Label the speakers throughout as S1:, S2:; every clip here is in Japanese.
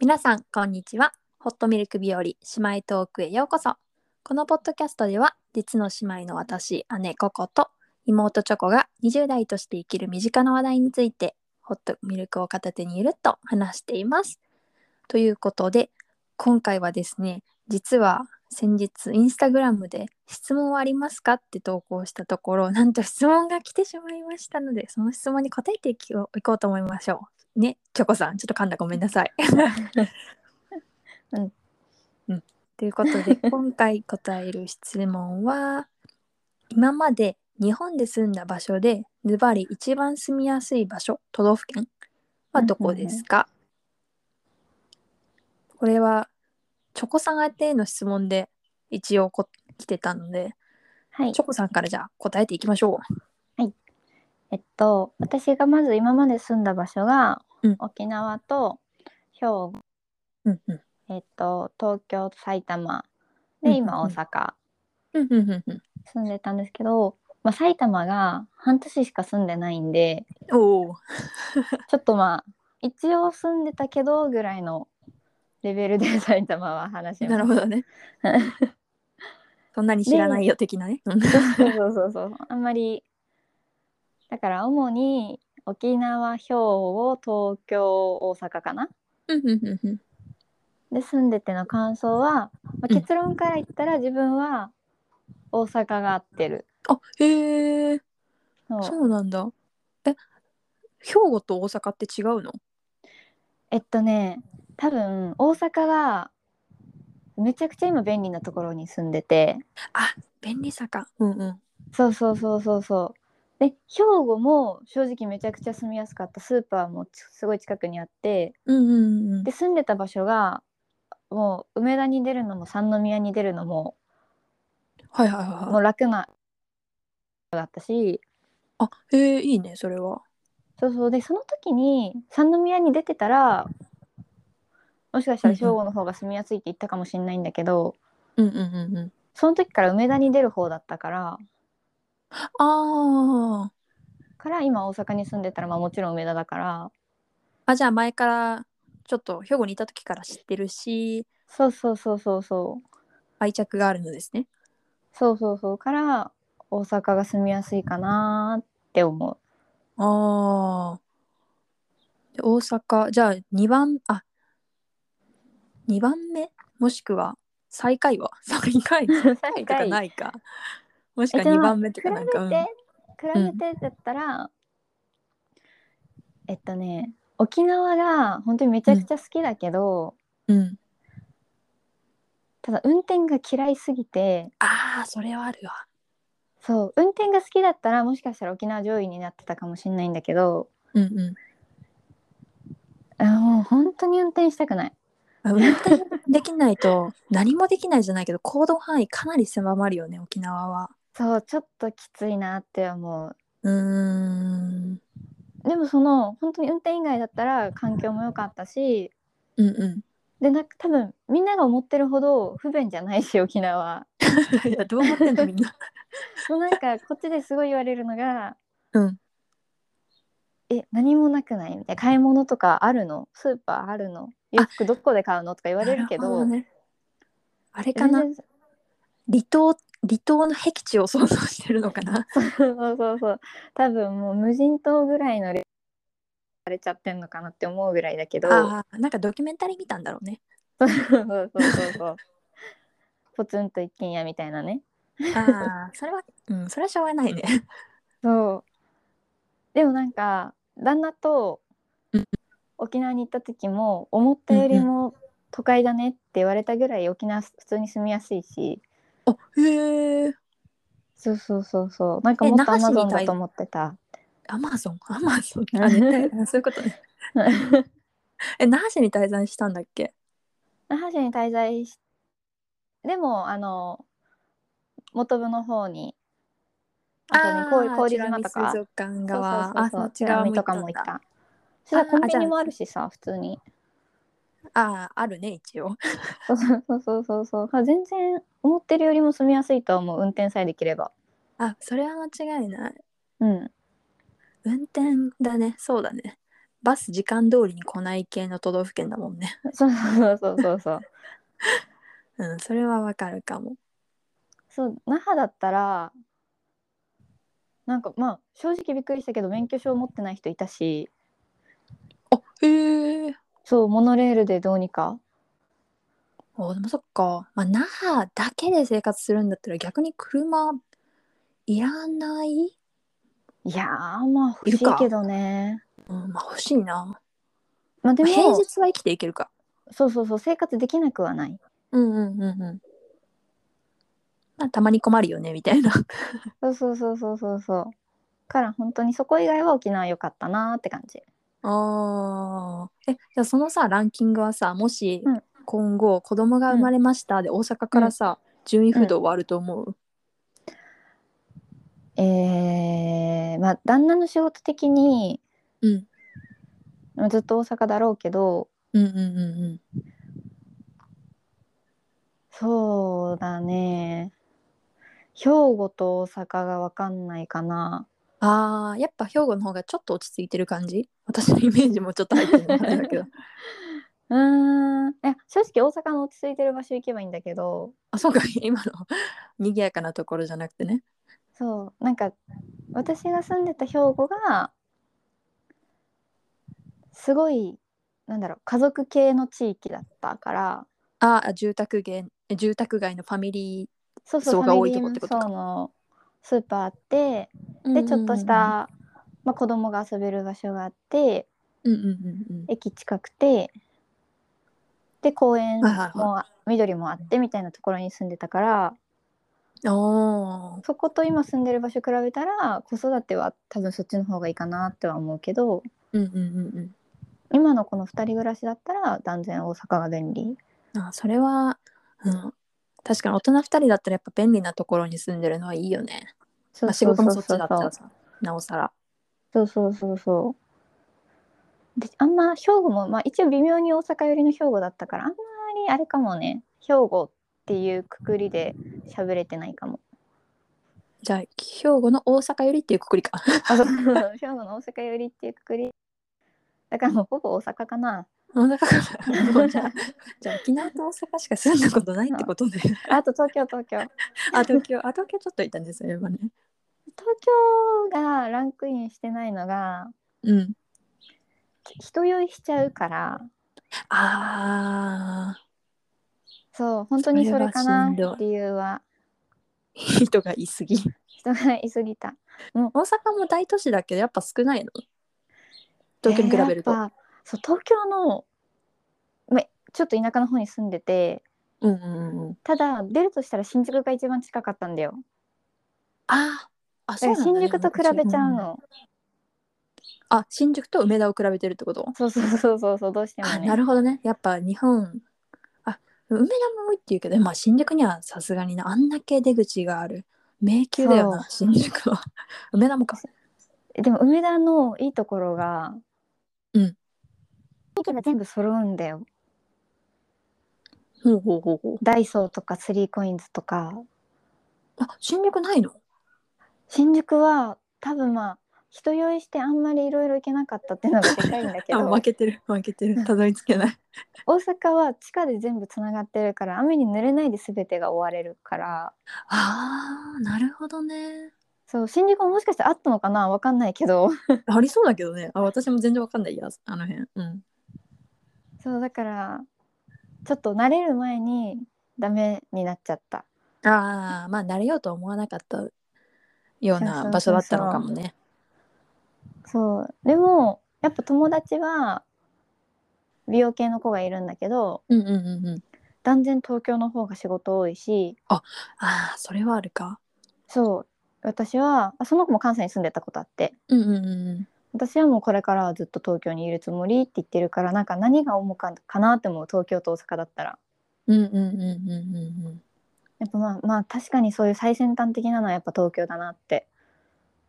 S1: 皆さんこんにちはホットミルク日和姉妹トークへようこそこのポッドキャストでは実の姉妹の私姉ココと妹チョコが20代として生きる身近な話題についてホットミルクを片手にゆるっと話していますということで今回はですね実は先日インスタグラムで質問はありますかって投稿したところなんと質問が来てしまいましたのでその質問に答えていきいこうと思いましょうねチョコさんちょっと噛んだごめんなさ い
S2: うん
S1: うんということ で今回答える質問は今まで日本で住んだ場所でズバリ一番住みやすい場所都道府県はどこですかこれはチョコさん宛ての質問で一応こ来てたので
S2: はい
S1: チョコさんからじゃあ答えていきましょ
S2: えっと私がまず今まで住んだ場所が、
S1: うん
S2: 沖縄と兵庫
S1: う。うんうん
S2: えっと東京埼玉
S1: うんうんう
S2: で
S1: ん
S2: 今大阪
S1: うんうんうんうん
S2: 住んでたんですけど、まあ、埼玉が半年しか住んでない んで
S1: おお。
S2: ちょっとまあ一応住んでたけどぐらいのレベルで 埼玉は話し
S1: な
S2: ま
S1: る
S2: す。
S1: ほどね。そんなに知らないよ的なね。うん
S2: そうそうそうそうあんまりだから主に沖縄兵庫東京大阪かな
S1: うんうんうんうん
S2: で住んでての感想は、まあ、
S1: うん
S2: 結論から言ったら自分は大阪が合ってる。
S1: あへえ
S2: そう
S1: そうなんだ。え兵庫と大阪って違うの
S2: えっとね多分大阪がめちゃくちゃ今便利なところに住んでて
S1: 便利さか。うんうん。
S2: そうそうそうそうそうで兵庫も正直めちゃくちゃ住みやすかったスーパーもちすごい近くにあって
S1: うんうんうん
S2: で住んでた場所がもう梅田に出るのも三宮に出るのも
S1: はいはい
S2: も
S1: は
S2: う
S1: い。
S2: 楽なだったし
S1: あへえいいねそれは。
S2: そうそうでその時に三宮に出てたらもしかしたら兵庫の方が住みやすいって言ったかもしれないんだけど
S1: うんうんうんうん。
S2: その時から梅田に出る方だったから
S1: あ
S2: から今大阪に住んでたら、まあ、もちろん梅田だから
S1: あ。あじゃあ前からちょっと兵庫にいた時から知ってるし
S2: そうそうそうそうそう
S1: 愛着があるのですね。
S2: そうそうそうから大阪が住みやすいかなーって思う
S1: ああ。で大阪、じゃあ2番、あ、2番目もしくは最下位は 最下位最下位とかないか。もしくは
S2: えじゃあ
S1: 2番目と
S2: 比
S1: か
S2: べ
S1: なんか、うん。
S2: て比べてだったら、えっとね沖縄が本当にめちゃくちゃ好きだけど、
S1: うん、
S2: ただ運転が嫌いすぎて
S1: ああ、それはあるわ。
S2: そう運転が好きだったらもしかしたら沖縄上位になってたかもしれないんだけど
S1: うんうん。
S2: あもう本当に運転したくない
S1: あ運転できないと 何もできないじゃないけど行動範囲かなり狭まるよね沖縄は。
S2: そうちょっときついなって思う
S1: うーん
S2: でもその本当に運転以外だったら環境も良かったし
S1: うん う
S2: でなんか多分みんなが思ってるほど不便じゃないし沖縄
S1: ん。いやどう思ってんのみんな。
S2: もうなんかこっちですごい言われるのが
S1: うん
S2: え何もなくないみたいな買い物とかあるのスーパーあるの洋服どこで買うのとか言われるけ
S1: な
S2: ど
S1: ほね、あれかな
S2: 全然
S1: 離島離島の僻地を想像してるのかな
S2: そうそうそう多分もう無人島ぐらいのレベルされちゃってんのかなって思うぐらいだけど
S1: ああなんかドキュメンタリー見たんだろうね
S2: そうそうそうそうポツンと一軒家みたいなね
S1: ああ それはうんそれはしょうがないね
S2: そうでもなんか旦那と沖縄に行った時も思ったよりも都会だねって言われたぐらい沖縄普通に住みやすいし
S1: あへえ
S2: そうそうそうそうなんか
S1: え
S2: もっと
S1: 那
S2: ア
S1: 覇
S2: マ
S1: 市に
S2: ゾン
S1: いたい
S2: だと思ってた
S1: アマゾンアマゾ ンあ絶対あそういうことねえ那覇市に滞在したんだっけ
S2: 那覇市に滞在しでもあの元部の方にあとねこういう氷島とか
S1: 美水族館側
S2: そうそうそうそうチラ
S1: あそっち側
S2: 見
S1: も行
S2: と
S1: った
S2: か
S1: ん
S2: も行
S1: だ
S2: った
S1: あ
S2: そ
S1: ー
S2: うコンビニもあるしさ普通に
S1: あああるね一応
S2: そうそうそうそうそうあ全然思ってるよりも住みやすいと思う運転さえできれば
S1: あそれは間違いない
S2: うん
S1: 運転だねそうだねバス時間通りに来ない系の都道府県だもんね。
S2: そうそうそうそう そう
S1: うん、それはわかるかも。
S2: そう那覇だったらなんかまあ正直びっくりしたけど免許証持ってない人いたし
S1: あへえ。
S2: そうモノレールでどうにか
S1: おでもそっか。まあ、那覇だけで生活するんだったら逆に車いらない、
S2: いやーまあ欲しいけどね
S1: うん、まあ欲しいな。
S2: まあで
S1: まあ
S2: も
S1: 平日は生きていけるか。
S2: そうそうそう生活できなくはない
S1: うんうんうんうん。まあたまに困るよねみたいな。
S2: そうそうそうそうそうそうから本当にそこ以外は沖縄良かったなーって感じ
S1: ああ。え、じゃあそのさ、ランキングはさ、もし
S2: うん
S1: 今後子供が生まれましたで、大阪からさ、順位不動はあると思う、
S2: えー、まあ旦那の仕事的に
S1: うん、
S2: まあずっと大阪だろうけど
S1: うんうんうんうん。
S2: そうだね兵庫と大阪が分かんないかな
S1: ああ、やっぱ兵庫の方がちょっと落ち着いてる感じ私のイメージもちょっと入ってるのもあれだけど。
S2: うーんいや正直大阪の落ち着いてる場所行けばいいんだけど
S1: あ、そうか、 今の賑やかなところじゃなくてね。
S2: そうなんか私が住んでた兵庫がすごいなんだろう家族系の地域だったから
S1: あーあ、住宅街、住宅街のファミリ
S2: そうそう
S1: 層が多い
S2: ファミリー
S1: とこってことか
S2: 層のスーパーあって
S1: ー。
S2: でちょっとし。た、まあ、子供が遊べる場所があって
S1: うんうんうん
S2: 駅近くてで公園
S1: はいはい
S2: も緑もあってみたいなところに住んでたから
S1: うん。おー
S2: そこと今住んでる場所比べたら子育ては多分そっちの方がいいかなっては思うけど
S1: うんうんうん
S2: 今のこの2人暮らしだったら断然大阪が便利
S1: うん。あーそれは、うん。確かに大人2人だったらやっぱ便利なところに住んでるのはいいよね。
S2: そ
S1: まあ、仕事もそっちだ
S2: う
S1: ったらさ、なおさら。
S2: そうそうそうそうであんま兵庫も、まあ、一応微妙に大阪寄りの兵庫だったからあんまりあれかもね兵庫っていうくくりで喋れてないかも
S1: じゃあ、兵庫の大阪よりっていうくくりか。
S2: あそう兵庫の大阪寄りっていうくくりだからもうほぼ大阪かな
S1: 大阪から。もうじゃあ、 じゃあ沖縄と大阪しか住んだことないってことで。
S2: あと東京東京東
S1: あ、東京、あ、東京ちょっといたね、そういえばね。
S2: 京がランクインしてないのが
S1: うん。
S2: 人酔いしちゃうから
S1: ああ、
S2: そう本当にそれかな
S1: それはしんど
S2: 理由は
S1: 人がいすぎ。
S2: 人がいすぎた
S1: 大阪も大都市だけど、やっぱ少ないの東京に比べると。
S2: えーやっぱそう東京の、ま、ちょっと田舎の方に住んでて
S1: うんうんうん。
S2: ただ出るとしたら新宿が一番近かったんだよ
S1: あーあ、
S2: だ
S1: そ
S2: か
S1: う
S2: ら
S1: なんだね
S2: 新宿と比べちゃう。
S1: ん
S2: の、
S1: あ、新宿と梅田を比べてるってこと
S2: そうそうそうそうそうどうしても
S1: あ、
S2: ね
S1: なるほどね。やっぱ日本。あ、梅田も多いって言うけど、まあ新宿にはさすがになあんだけ出口がある。迷宮だよな、新宿は。 梅田もか。
S2: でも梅田のいいところが
S1: うん
S2: 意見が全部揃うんだよ
S1: ほうほうほうほう。
S2: ダイソーとかスリーコインズとか
S1: あ、新宿ないの
S2: 新宿は多分まあ人酔いしてあんまりいろいろ行けなかったっていうのがでかいんだけ
S1: あ
S2: ど
S1: 負けてる負けてるたどり着けない
S2: 大阪は地下で全部つながってるから雨に濡れないで全てが終われるから
S1: あーなるほどね
S2: そう新宿ももしかしたらあったのかなわかんないけど
S1: ありそうだけどねあ私も全然わかんないやあの辺うん
S2: そうだからちょっと慣れる前にダメになっちゃった
S1: ああまあ慣れようと思わなかったような場所だったのかもね
S2: そうでもやっぱ友達は美容系の子がいるんだけど
S1: うんうんうんうん
S2: 断然東京の方が仕事多いし
S1: あーそれはあるか
S2: そう私はあその子も関西に住んでたことあって
S1: うんうんうん
S2: 私はもうこれからはずっと東京にいるつもりって言ってるからなんか何が重かかなって思う東京と大阪だったら
S1: うんうんうんうんうんうん
S2: やっぱまあまあ確かにそういう最先端的なのはやっぱ東京だなって、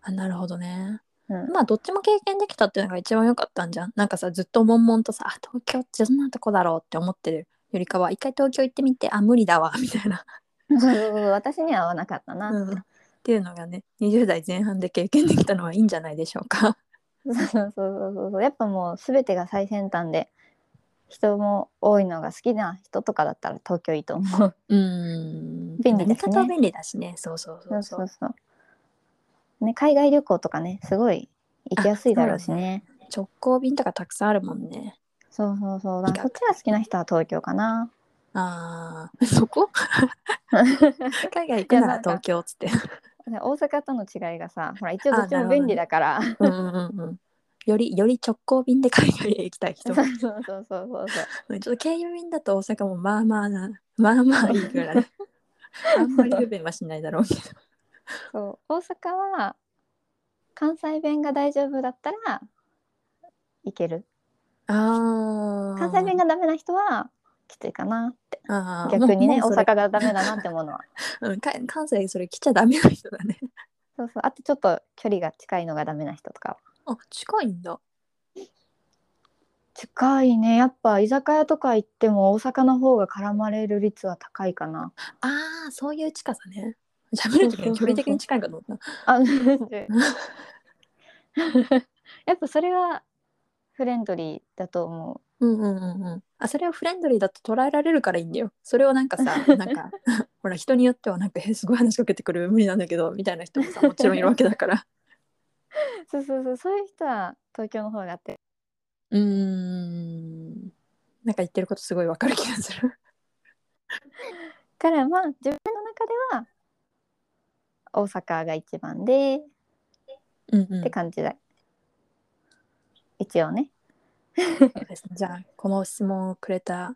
S1: あなるほどね
S2: うん、
S1: まあどっちも経験できたっていうのが一番良かったんじゃんなんかさずっと悶々とさあ東京ってどんなとこだろうって思ってるよりかは一回東京行ってみてあ無理だわみたいな
S2: そうそうそう私には合わなかったなって、
S1: うん、っていうのがね20代前半で経験できたのはいいんじゃないでしょうか。
S2: そうそうそうそうやっぱもう全てが最先端で人も多いのが好きな人とかだったら東京いいと思う。
S1: うん
S2: 便利ですね
S1: 何かと便利だしねそうそう
S2: そ
S1: そうう
S2: そ
S1: そうう
S2: そう。ね海外旅行とかねすごい行きやすいだろうしね。
S1: 直行便とかたくさんあるもんね
S2: そうそうそう。
S1: いい
S2: だ
S1: か
S2: からそっちが好きな人は東京かな。
S1: あー そ こ海外行くなら東京っつって
S2: で大阪との違いがさほら一応
S1: あ
S2: どっちも便利だから。
S1: うんうんうんうんよりより直行便で海外へ行きたい
S2: そ
S1: 人
S2: う そうそうそうそうそう。
S1: うんちょっと経由便だと大阪もまあまあな、まあまあいいぐら い。あんまり不便はしないだろうけど。
S2: そう大阪は関西弁が大丈夫だったらいける
S1: ああ。
S2: 関西弁がダメな人はきついかなって
S1: あー
S2: 逆にね
S1: も
S2: 大
S1: うそれ
S2: 阪がダメだなってもの は
S1: うんか関西それ来ちゃダメな人だね。
S2: そうそうあとちょっと距離が近いのがダメな人とかは
S1: あ、近いんだ。
S2: 近いねやっぱ居酒屋とか行っても大阪の方が絡まれる率は高いかな
S1: ああ、そういう近さね。喋る時に距離的に近いかと思った。
S2: あやっぱそれはフレンドリーだと思う
S1: うんうんうんうん。あ、それはフレンドリーだと捉えられるからいいんだよ。それを なんかさ、なんか、ほら人によってはなんか、え、すごい話しかけてくる無理なんだけど、みたいな人もさ、もちろんいるわけだから。
S2: そうそうそうそういう人は東京の方があって
S1: うーん。なんか言ってることすごいわかる気がする。
S2: からまあ自分の中では大阪が一番で、
S1: うんうん
S2: って感じだ一応ね
S1: そうですねじゃあこの質問をくれた、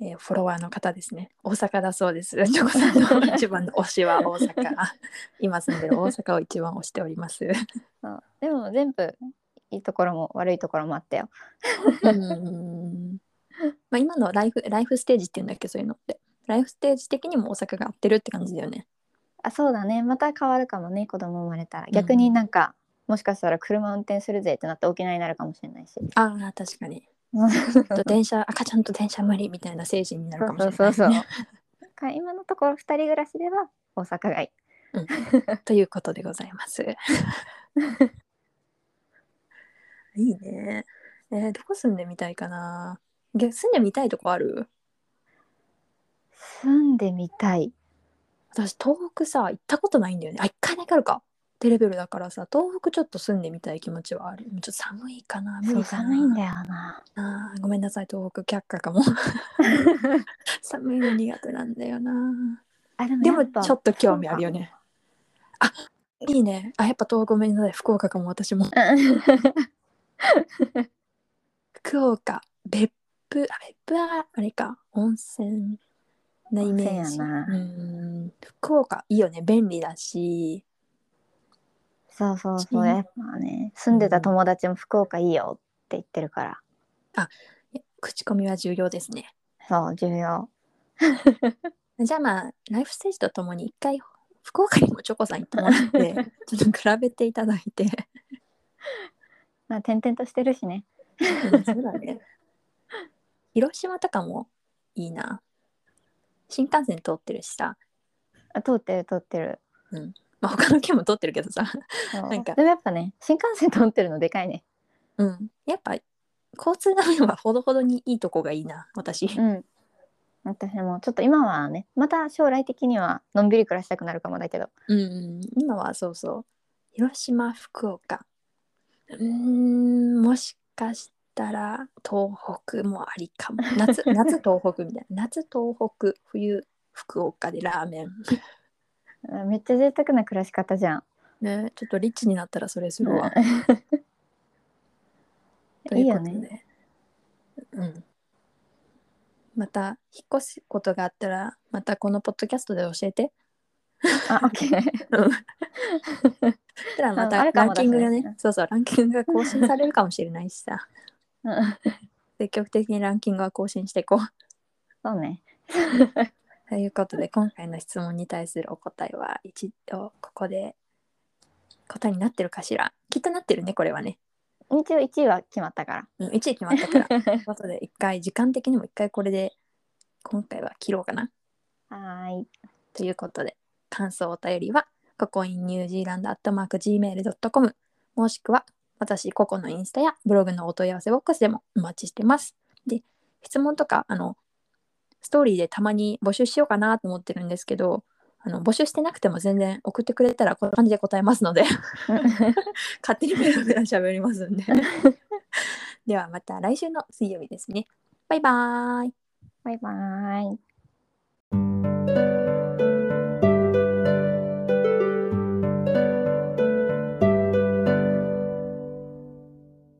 S1: えーフォロワーの方ですね大阪だそうですチョコさんの一番の推しは大阪今住んでる大阪を一番推しております
S2: そうでも全部いいところも悪いところもあったよ
S1: うんまあ今のライフライフステージっていうんだっけそういうのってライフステージ的にも大阪が合ってるって感じだよね
S2: あそうだねまた変わるかもね子供生まれたら逆になんか、もしかしたら車運転するぜってなって沖縄になるかもしれないし
S1: ああ確かに
S2: そ
S1: と電 車赤ちゃんと電車無理みたいな精神になるかもしれ
S2: う
S1: ない、ね、
S2: そうそう だから今のところ2人暮らしでは大阪がいい
S1: ということでございます。 いいね。えーどこ住んでみたいかな。げ住んでみたいとこある
S2: 住んでみたい
S1: 私東北さ行ったことないんだよね。あ一回だけあるか。ってレベルだからさ東北ちょっと住んでみたい気持ちはある。ちょっと寒いかな。無
S2: そう
S1: 理かな。
S2: 寒いんだよ な
S1: あーごめんなさい東北却下かも。 寒いの苦手なんだよな。
S2: あでも
S1: で
S2: や
S1: も
S2: っぱ
S1: ちょっと興味あるよね。あいいね。あやっぱ東北ごめんなさい福岡かも私も。福岡別府あ別府はあれか温泉なイメージ
S2: 温泉やな
S1: うん福岡いいよね便利だし
S2: そうそう
S1: う
S2: そう、
S1: ん
S2: やっぱね、住んでた友達も福岡いいよって言ってるから。
S1: 口コミは重要ですね
S2: そう、重要。
S1: じゃあまあライフステージとともに一回福岡にもチョコさん行ってもらって ちょっと比べていただいて
S2: まあ、転々としてるしね。
S1: そうだね広島とかもいいな新幹線通ってるしさ、
S2: あ通ってる、通ってる。
S1: まあ、他の県も通ってるけどさ
S2: そう
S1: なんか
S2: でもやっぱね、新幹線通ってるのでかいね。
S1: うんやっぱ交通の面はほどほどにいいとこがいいな私、
S2: うん。私もちょっと今はね、また将来的にはのんびり暮らしたくなるかもだけど。
S1: うんうん、今はそうそう広島福岡うーんもしかしたら東北もありかも 夏夏東北みたいな夏東北冬福岡でラーメン
S2: あめっちゃ贅沢な暮らし方じゃん。
S1: ねちょっとリッチになったらそれするわ、 と
S2: いいうよ
S1: ことで
S2: ね。
S1: うんまた引っ越すことがあったらまたこのポッドキャストで教えて
S2: あ、オッケー。
S1: そしたらま
S2: うんあ
S1: た
S2: るか
S1: ラ
S2: も
S1: ン
S2: だ
S1: キ
S2: し
S1: ン
S2: ね
S1: グがねそうそうランキングが更新されるかもしれないしさ
S2: うん
S1: 積極的にランキングは更新していこう
S2: そうね。
S1: ということで今回の質問に対するお答えは一度ここで答えになってるかしらきっとなってるねこれはね、
S2: 一応1位は決まったか
S1: うん、1位決まったからとい
S2: ら。
S1: うことで一回時間的にも一回これで今回は切ろうかな
S2: はーい。
S1: ということで感想お便りはココインニュージーランドアットマーク Gmail.com もしくは私、個々のインスタやブログのお問い合わせボックスでもお待ちしてます。で、質問とか、あの、ストーリーでたまに募集しようかなと思ってるんですけど、あの募集してなくても全然送ってくれたらこんな感じで答えますので勝手にペラペラ喋りますんでではまた来週の水曜日ですねバイバーイ
S2: バイバーイ。